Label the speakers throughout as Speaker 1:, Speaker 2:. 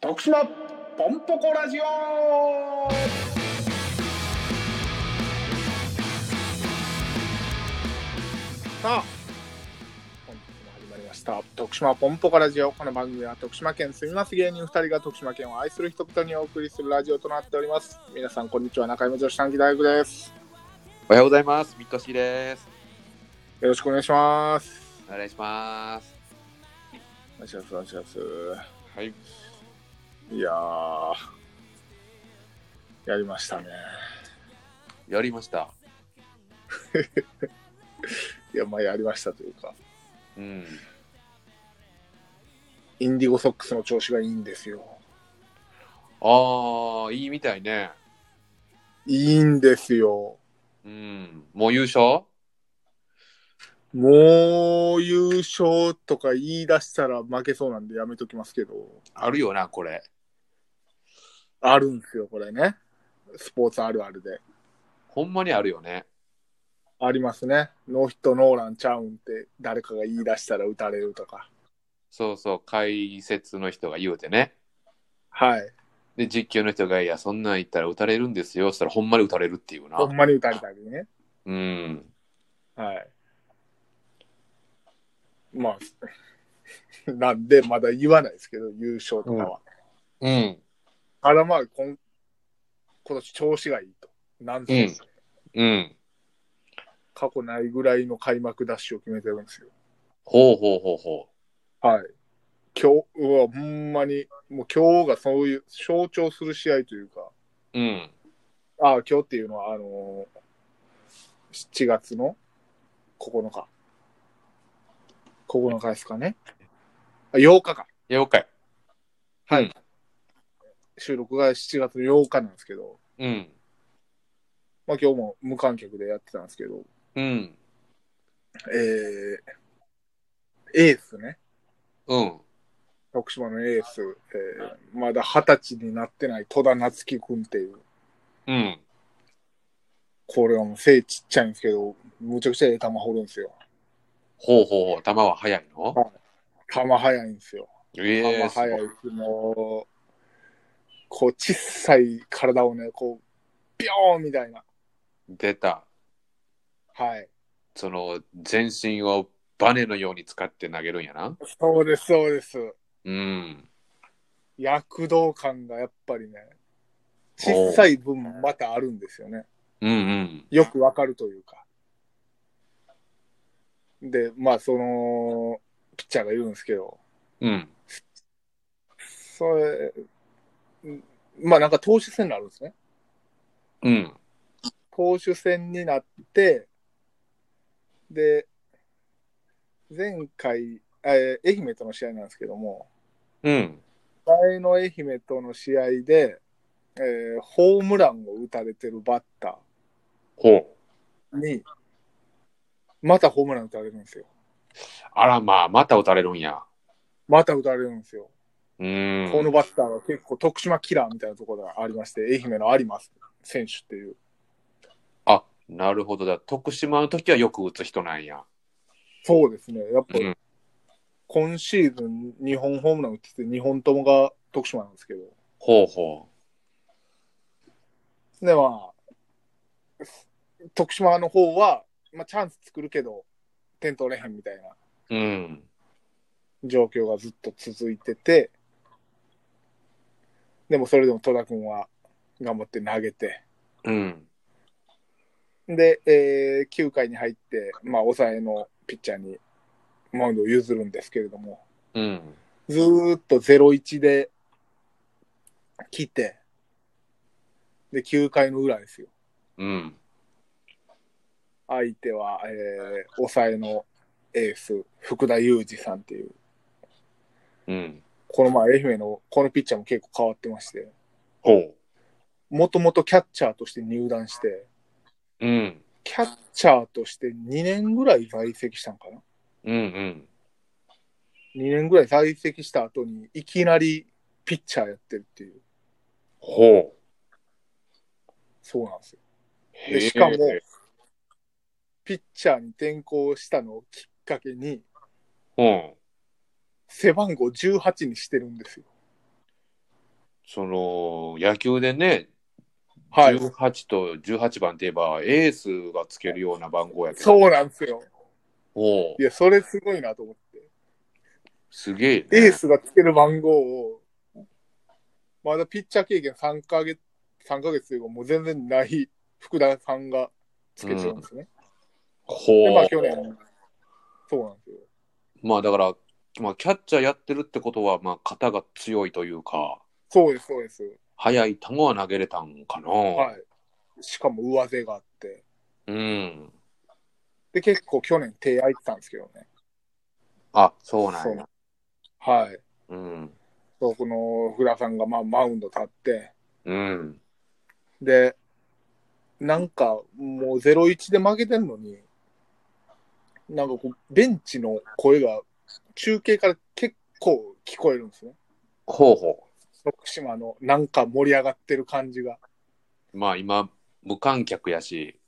Speaker 1: 徳島ポンポコラジオさあ本日も始まりました徳島ポンポコラジオこの番組は徳島県住みます芸人2人が徳島県を愛する人々にお送りするラジオとなっております皆さんこんにちは中山女子短期大学です
Speaker 2: おはようございます。ミットシーです。
Speaker 1: よろしくお願いします
Speaker 2: お願いします。
Speaker 1: お願いしますお願いします
Speaker 2: はい。
Speaker 1: いやーやりましたね
Speaker 2: やりました。
Speaker 1: いやまあやりましたというか
Speaker 2: うん。
Speaker 1: インディゴソックスの調子がいいんですよ。
Speaker 2: ああ、いいみたいね。
Speaker 1: いいんですよ。
Speaker 2: うん。もう優勝
Speaker 1: もう優勝とか言い出したら負けそうなんでやめときますけど、
Speaker 2: あるよな、これ。
Speaker 1: あるんですよ、これね。スポーツあるあるで。
Speaker 2: ほんまにあるよね。
Speaker 1: ありますね。ノーヒットノーランちゃうんって誰かが言い出したら打たれるとか。
Speaker 2: そうそう、解説の人が言うてね。
Speaker 1: はい。
Speaker 2: で、実況の人が、いや、そんなん言ったら打たれるんですよ。そしたら、ほんまに打たれるっていうな。
Speaker 1: ほんまに打たれたりね。
Speaker 2: うん。
Speaker 1: はい。まあ、 なんでまだ言わないですけど、優勝とかは。
Speaker 2: うん。
Speaker 1: ただまあ、今今年調子がいいと。なんせ
Speaker 2: うんうん。
Speaker 1: 過去ないぐらいの開幕ダッシュを決めてるんですよ。
Speaker 2: ほうほうほうほ
Speaker 1: はい。今日はほんまに、もう今日がそういう象徴する試合というか、
Speaker 2: う。うん。
Speaker 1: ああ、今日っていうのは、あのー、7月の9日。9日ですかね。あ8日か。
Speaker 2: いや、了解。
Speaker 1: はい。
Speaker 2: うん
Speaker 1: 収録が7月の8日なんですけど、
Speaker 2: うん。
Speaker 1: まあ今日も無観客でやってたんですけど、
Speaker 2: うん。
Speaker 1: えー、エースね。
Speaker 2: うん。
Speaker 1: 徳島のエース、えーまだ二十歳になってない戸田夏樹君っていう、
Speaker 2: うん。
Speaker 1: これはもう背ちっちゃいんですけど、むちゃくちゃええ球掘るんですよ。
Speaker 2: ほうほうほう。球は速いの
Speaker 1: 球速いんですよ。球
Speaker 2: ええ
Speaker 1: 速いし、もう、こう、小さい体をね、こう、ビョーンみたいな。
Speaker 2: 出た。
Speaker 1: はい。
Speaker 2: その全身をバネのように使って投げるんやな。
Speaker 1: そうです、そうです。
Speaker 2: うん。
Speaker 1: 躍動感がやっぱりね、小さい分またあるんですよね。
Speaker 2: うんうん。
Speaker 1: よくわかるというか。で、まあ、その、ピッチャーがいるんですけど、
Speaker 2: うん。
Speaker 1: それ、んまあ、なんか投手戦になるんですね。
Speaker 2: うん。
Speaker 1: 投手戦になって、で、前回、えー愛媛との試合なんですけども、
Speaker 2: うん。
Speaker 1: 前の愛媛との試合で、えーホームランを打たれてるバッタ
Speaker 2: ほう。
Speaker 1: ーに、またホームラン打たれるんですよ。
Speaker 2: あらまあ、また打たれるんや。
Speaker 1: また打たれるんですよ。
Speaker 2: うん。
Speaker 1: このバッターは結構徳島キラーみたいなところがありまして、愛媛の有馬選手っていう。
Speaker 2: あ、なるほどだ。徳島の時はよく打つ人なんや。
Speaker 1: そうですね。やっぱ、
Speaker 2: うん
Speaker 1: 今シーズン2本ホームラン打ってて、2本ともが徳島なんですけど。
Speaker 2: ほうほ
Speaker 1: で、まあ、徳島の方は、まあ、チャンス作るけど、点取れへんみたいな
Speaker 2: う。うん。
Speaker 1: 状況がずっと続いてて、でもそれでも戸田君は頑張って投げて、
Speaker 2: うん。
Speaker 1: で、えー9回に入って、まあ、抑えのピッチャーにマウンドを譲るんですけれども、
Speaker 2: うん。
Speaker 1: ずーっと0-1で来て、で、9回の裏ですよ。
Speaker 2: うん。
Speaker 1: 相手は、えー抑えのエース、福田裕二さんっていう、
Speaker 2: うん。
Speaker 1: この前、愛媛の、このピッチャーも結構変わってまして、
Speaker 2: ほう。
Speaker 1: もともとキャッチャーとして入団して、
Speaker 2: うん。
Speaker 1: キャッチャーとして2年ぐらい在籍したんかな
Speaker 2: うんうん。
Speaker 1: 2年ぐらい在籍した後に、いきなりピッチャーやってるっていう、
Speaker 2: ほう。
Speaker 1: そうなんですよ。
Speaker 2: へ
Speaker 1: で
Speaker 2: え
Speaker 1: しかも、ピッチャーに転向したのをきっかけに、
Speaker 2: うん。
Speaker 1: 背番号18にしてるんですよ。
Speaker 2: その、野球でね、
Speaker 1: はい。
Speaker 2: 18と18番って言えば、エースがつけるような番号やけど、
Speaker 1: そうなんですよ。
Speaker 2: おう
Speaker 1: いや、それすごいなと思って。
Speaker 2: すげえね、
Speaker 1: エースがつける番号を、まだピッチャー経験3ヶ月、三ヶ月というか、もう全然ない福田さんがつけてるんですね。
Speaker 2: ほ
Speaker 1: で、
Speaker 2: う
Speaker 1: まあ去年、そうなんですよ。
Speaker 2: まあだから、まあ、キャッチャーやってるってことは、まあ、肩が強いというか、
Speaker 1: そうです、そうです。
Speaker 2: 速い球は投げれたんかな。
Speaker 1: はい。しかも上背があって。
Speaker 2: うん。
Speaker 1: で、結構去年手空いてたんですけどね。
Speaker 2: あ、そうなん
Speaker 1: そ
Speaker 2: や。
Speaker 1: はい。
Speaker 2: うん。
Speaker 1: そう、この福田さんが、まあ、マウンド立って、
Speaker 2: うん。
Speaker 1: で、なんかもう0-1で負けてんのに、なんかこう、ベンチの声が中継から結構聞こえるんですね。
Speaker 2: 候補。
Speaker 1: 徳島のなんか盛り上がってる感じが。
Speaker 2: まあ今、無観客やし、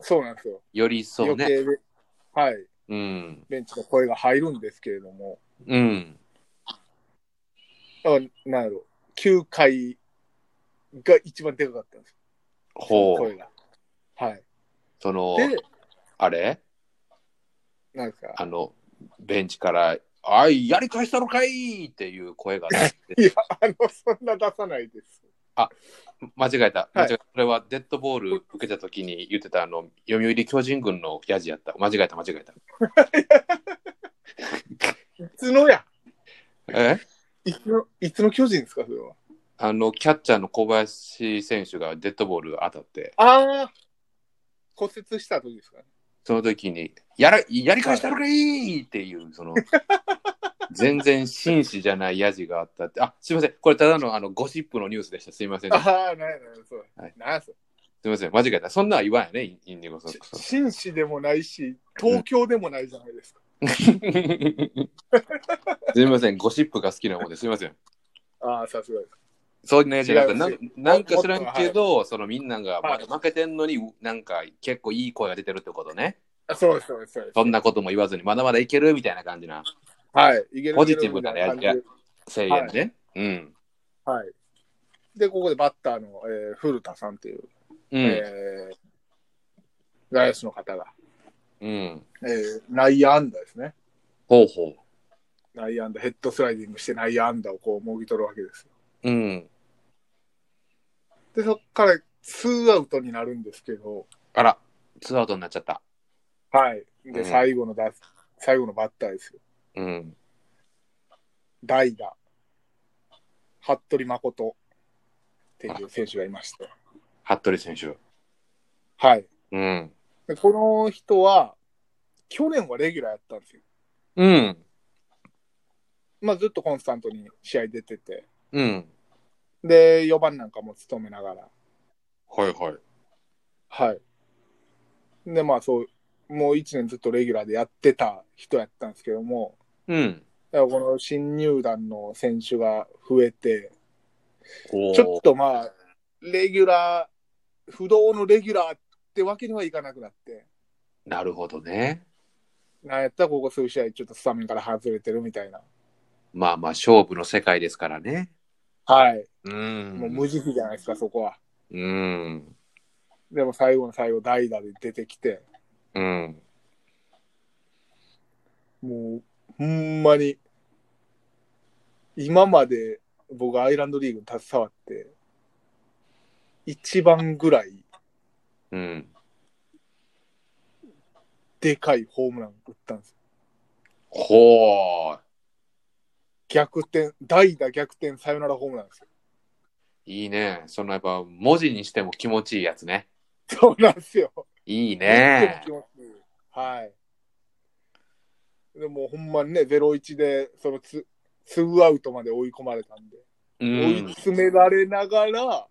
Speaker 1: そうなんですよ。
Speaker 2: より一層
Speaker 1: 余
Speaker 2: ね。
Speaker 1: 計で、はい、
Speaker 2: うん。
Speaker 1: ベンチの声が入るんですけれども、
Speaker 2: うん。
Speaker 1: だからなんやろ、9回が一番でかかったんですよ、
Speaker 2: ほう。
Speaker 1: 声が。はい。
Speaker 2: その、
Speaker 1: で、
Speaker 2: あれ
Speaker 1: なんですか、
Speaker 2: あの、ベンチから、あい、やり返したのかいっていう声が出て、
Speaker 1: いや、あの、そんな出さないです。
Speaker 2: 間違えた。間
Speaker 1: はい
Speaker 2: 違えた。それはデッドボール受けた時に言ってた、あの、読売巨人軍のヤジやった。間違えた、間違えた。
Speaker 1: いつのや
Speaker 2: え
Speaker 1: いつの、いつの巨人ですか、それは。
Speaker 2: あの、キャッチャーの小林選手がデッドボール当たって、
Speaker 1: ああ骨折した時ですかね。
Speaker 2: その時に、やら、やり返したのかいっていう、その、全然紳士じゃないヤジがあったって。あ、すいません。これただのあのゴシップのニュースでした。すいません。す
Speaker 1: ああ、なんやなんや、そう。
Speaker 2: はい
Speaker 1: なんやそ
Speaker 2: いません。間違えた。そんなんは言わんやね、インインデ ィゴソック
Speaker 1: う。
Speaker 2: ス。
Speaker 1: 紳士でもないし、東京でもないじゃないですか。
Speaker 2: すみません、ゴシップが好きなもんです。すみません。
Speaker 1: ああ、さすがです。
Speaker 2: そういうのじゃなくて、
Speaker 1: 違う違
Speaker 2: なんなんか知らんけど、そのみんながま
Speaker 1: はい
Speaker 2: だ負けてんのに、なんか結構いい声が出てるってことね。
Speaker 1: あそうです、そうです、そうです。
Speaker 2: そんなことも言わずに、まだまだいけるみたいな感じな
Speaker 1: はい、いける
Speaker 2: ポジティブなね
Speaker 1: いけるみたいな感
Speaker 2: 声援ね。うん。
Speaker 1: じはい。で、ここでバッターの、えー古田さんっていう、
Speaker 2: うん。
Speaker 1: えー外野手の方が、
Speaker 2: うん。
Speaker 1: えー内野安打ですね。
Speaker 2: ほうほう。
Speaker 1: 内野安打、ヘッドスライディングして内野安打をこう、もぎ取るわけですよ。
Speaker 2: うん。
Speaker 1: で、そこからツーアウトになるんですけど、
Speaker 2: あら、ツーアウトになっちゃった。
Speaker 1: はい。
Speaker 2: う
Speaker 1: で、
Speaker 2: ん
Speaker 1: 最後の打、最後のバッターですよ。
Speaker 2: うん。
Speaker 1: 代打、服部誠っていう選手がいました。
Speaker 2: 服部選手。
Speaker 1: はい。
Speaker 2: うん。
Speaker 1: でこの人は、去年はレギュラーやったんですよ。
Speaker 2: うん。
Speaker 1: まあ、ずっとコンスタントに試合出てて、
Speaker 2: うん。
Speaker 1: で、4番なんかも務めながら、
Speaker 2: はいはい。
Speaker 1: はい。で、まあ、そう、もう1年ずっとレギュラーでやってた人やったんですけども、
Speaker 2: うん。
Speaker 1: だからこの新入団の選手が増えて、
Speaker 2: ほう
Speaker 1: ちょっとまあ、レギュラー、不動のレギュラーってわけにはいかなくなって、
Speaker 2: なるほどね。
Speaker 1: なんやったらここ数試合、ちょっとスタメンから外れてるみたいな、
Speaker 2: まあまあ、勝負の世界ですからね。
Speaker 1: はい、
Speaker 2: うん。
Speaker 1: もう無慈悲じゃないですか、そこは。
Speaker 2: うん。
Speaker 1: でも最後の最後、代打で出てきて、
Speaker 2: うん。
Speaker 1: もう、ほんまに、今まで僕、アイランドリーグに携わって、一番ぐらい
Speaker 2: うん。
Speaker 1: でかいホームラン打ったんですよ
Speaker 2: ほう。
Speaker 1: 逆転、代打逆転サヨナラホームランですよ。
Speaker 2: いいね。そのやっぱ文字にしても気持ちいいやつね。
Speaker 1: そうなんですよ。
Speaker 2: いい
Speaker 1: え
Speaker 2: ね。
Speaker 1: はい。でもほんまにね、0-1で、そのツ、ツーアウトまで追い込まれたんで、
Speaker 2: う
Speaker 1: 追い
Speaker 2: ん。
Speaker 1: 詰められながら、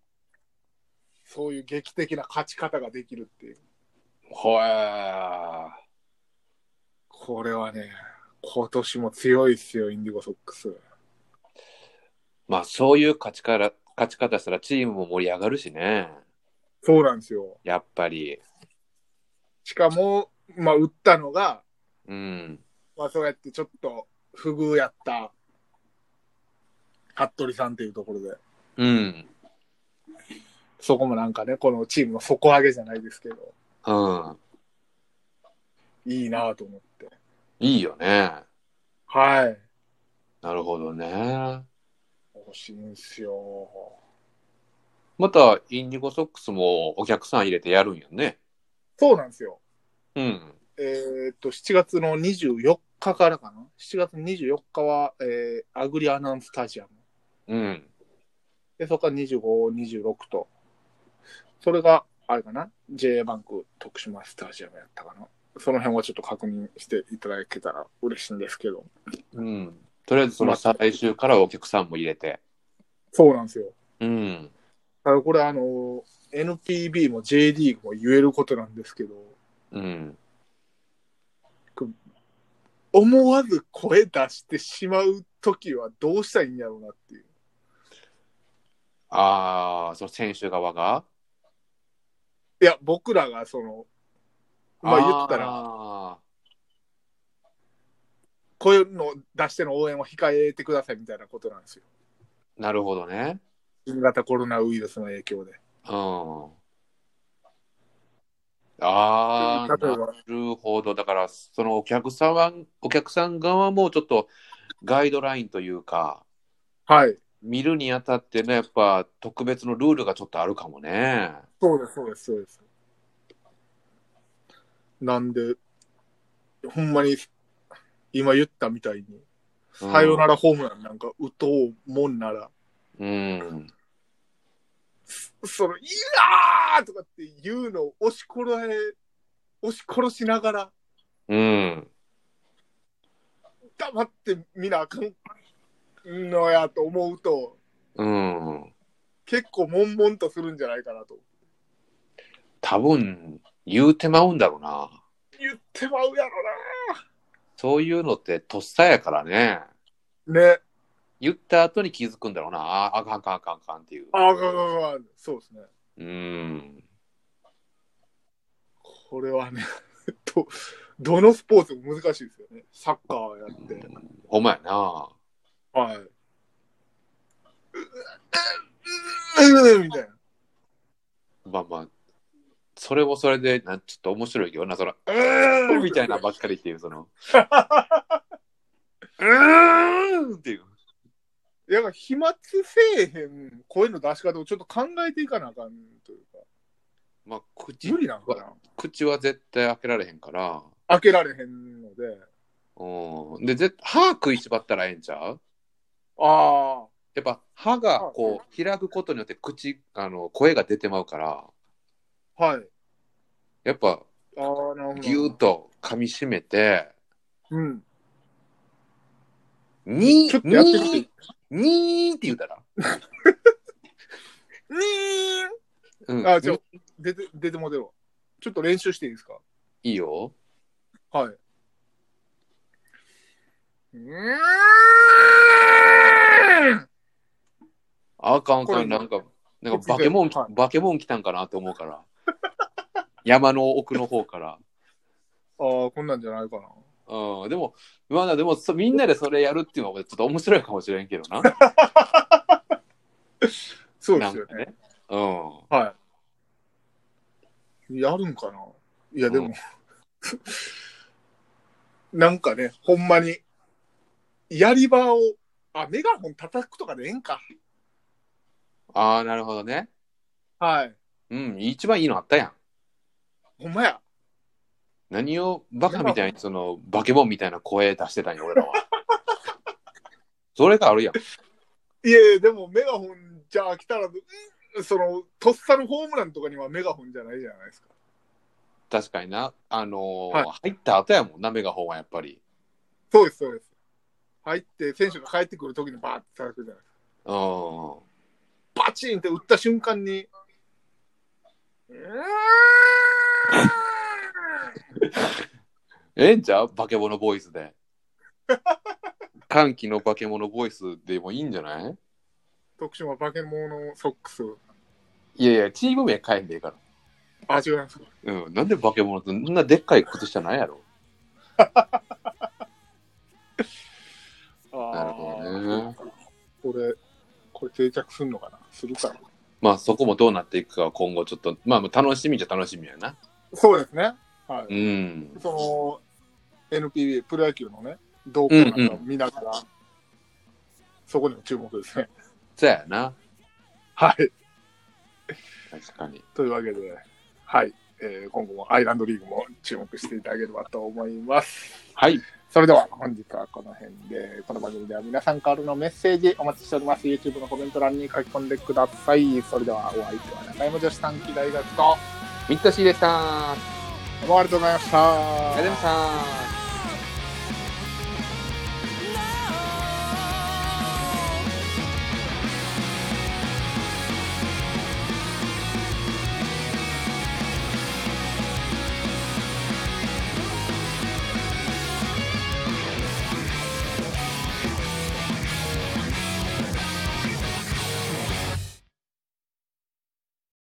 Speaker 1: そういう劇的な勝ち方ができるっていう。
Speaker 2: ほえ。
Speaker 1: これはね、今年も強いっすよ、インディゴソックス。
Speaker 2: まあそういう勝ちから勝ち方したらチームも盛り上がるしね。
Speaker 1: そうなんですよ。
Speaker 2: やっぱり。
Speaker 1: しかも、まあ、打ったのが、
Speaker 2: うん。
Speaker 1: まあ、そうやってちょっと不遇やった服部さんっていうところで。
Speaker 2: うん。
Speaker 1: そこもなんかね、このチームの底上げじゃないですけど、
Speaker 2: うん。
Speaker 1: いいなぁと思って。
Speaker 2: いいよね。
Speaker 1: はい。
Speaker 2: なるほどね。
Speaker 1: 欲しいんすよ。
Speaker 2: また、インディゴソックスもお客さん入れてやるんよね。
Speaker 1: そうなんですよ。
Speaker 2: うん。
Speaker 1: えーっと、7月の24日からかな。7月24日は、えーアグリアナンスタジアム。
Speaker 2: うん。
Speaker 1: で、そこから25、26と。それが、あれかな ?J バンク徳島スタジアムやったかなその辺はちょっと確認していただけたら嬉しいんですけど。
Speaker 2: うん。とりあえず、その再来週からお客さんも入れて。
Speaker 1: そうなんですよ。
Speaker 2: うん。
Speaker 1: ただこれあの、NPB も J リーグも言えることなんですけど、
Speaker 2: うん。
Speaker 1: 思わず声出してしまうときはどうしたらいいんやろうなっていう。
Speaker 2: ああ、その選手側が
Speaker 1: いや、僕らがその、まあ言ったら、
Speaker 2: あ
Speaker 1: こういうの出しての応援は控えてくださいみたいなことなんですよ。
Speaker 2: ーなるほどね。
Speaker 1: 新型コロナウイルスの影響で。
Speaker 2: うん。ああ、な
Speaker 1: 例えば
Speaker 2: るほど。だから、そのお客さんは、お客さん側もちょっとガイドラインというか、
Speaker 1: はい。
Speaker 2: 見るにあたってね、やっぱ特別のルールがちょっとあるかもね。
Speaker 1: そうです、そうです、そうです。なんで、ほんまに、今言ったみたいに、
Speaker 2: うん
Speaker 1: さよならホームランなんか打とうもんなら、
Speaker 2: うん。
Speaker 1: その、いやーとかっていうのを押し殺え、押し殺しながら、
Speaker 2: うん。
Speaker 1: 黙ってみなあかんのやと思うと、
Speaker 2: うん。
Speaker 1: 結構悶々とするんじゃないかなと。
Speaker 2: 多分、言うてまうんだろうな。
Speaker 1: 言ってまうやろ
Speaker 2: そういうのってとっさやからね。
Speaker 1: な。ね。
Speaker 2: 言った後に気づくんだろうな。あーあかんあかんあかんあかんっていう。
Speaker 1: ああ、かんあかんあかんそうですね。
Speaker 2: うん。
Speaker 1: これはね、 ど、どのスポーツも難しいですよね。サッカーやって。
Speaker 2: ほんまやな。
Speaker 1: はい。ううううみたいな。
Speaker 2: まあまあ、それもそれで、なんちょっと面白いけどな、その、
Speaker 1: うーん
Speaker 2: みたいな。ばっかりっていう、その、うーんっていう。
Speaker 1: いや、飛沫せえへん声の出し方をちょっと考えていかなあかんというか、
Speaker 2: まあ、口
Speaker 1: 無、理なんかな。
Speaker 2: 口は絶対開けられへんから、
Speaker 1: 開けられへんので。
Speaker 2: うん。で、ぜ歯食いしばったらええんちゃう
Speaker 1: ああ、
Speaker 2: やっぱ歯がこう開くことによって口あの声が出てまうから
Speaker 1: はい。
Speaker 2: やっぱ
Speaker 1: ああ、なるほど。
Speaker 2: ぎゅーっ。と噛み締めて
Speaker 1: うん。
Speaker 2: 「に
Speaker 1: ちょっ
Speaker 2: ー
Speaker 1: とやってみて
Speaker 2: にーにーって言うたら
Speaker 1: にーん
Speaker 2: 「うん、
Speaker 1: あ、じゃ
Speaker 2: に
Speaker 1: 出て、出ても出ろ。ちょっと練習していいですか
Speaker 2: いいよ
Speaker 1: はい。うーん
Speaker 2: あかんあ
Speaker 1: こ
Speaker 2: か
Speaker 1: れ
Speaker 2: んなんかなん
Speaker 1: こっち
Speaker 2: かバケモン、
Speaker 1: はい
Speaker 2: バケモン来たんかなって思うから 山の奥の方から、
Speaker 1: ああ、こんなんじゃないかな。
Speaker 2: うん、でもまあでもそみんなでそれやるっていうのはちょっと面白いかもしれんけどな
Speaker 1: そうで
Speaker 2: な
Speaker 1: す
Speaker 2: ん
Speaker 1: よ
Speaker 2: か
Speaker 1: ね。
Speaker 2: ねうん
Speaker 1: はい。やるんかないや、でも、なんかね、ほんまに、やり場を、あ、メガホン叩くとかでええんか。
Speaker 2: ああなるほどね
Speaker 1: はい。
Speaker 2: うん一番いいのあったやん
Speaker 1: ほんまや。
Speaker 2: 何をバカみたいにそのバケモンみたいな声出してたんや俺らは それがあるやん
Speaker 1: いやいや、でもメガホンじゃあ来たら、うんその、とっさのホームランとかにはメガホンじゃないじゃないですか。
Speaker 2: 確かになあのー
Speaker 1: はい
Speaker 2: 入った後やもんなメガホンはやっぱり
Speaker 1: そうです、そうです。入って、選手が帰ってくるときにバーって叩くじゃないです
Speaker 2: うん
Speaker 1: か。バチンって打った瞬間に、うーん
Speaker 2: ええんちゃうバケモノボイスで歓喜のバケモノボイスでもいいんじゃない
Speaker 1: 徳島化け物ソックス。
Speaker 2: いやいやチーム名変えんでええか
Speaker 1: あ、違います。
Speaker 2: らうんなんでバケモノってそんなでっかい靴下ないやろ
Speaker 1: あー
Speaker 2: なるほどね
Speaker 1: これ、これ定着するのかなするかな
Speaker 2: まあそこもどうなっていくかは今後ちょっと、まあまあ楽しみじゃ楽しみやな。
Speaker 1: そうですね。はい。
Speaker 2: うん。
Speaker 1: その NPB プロ野球のね動向なんかを見ながら、そこにも注目ですね。
Speaker 2: そうやな。
Speaker 1: はい。
Speaker 2: 確かに。
Speaker 1: というわけで、はい、えー今後もアイランドリーグも注目していただければと思います。
Speaker 2: はい。
Speaker 1: それでは本日はこの辺で、この番組では皆さんからのメッセージお待ちしております。YouTube のコメント欄に書き込んでください。それではお相手は中山女子短期大学と、
Speaker 2: ミッドシーでした。あ
Speaker 1: どうもありがとうございました。
Speaker 2: é りがとうございました。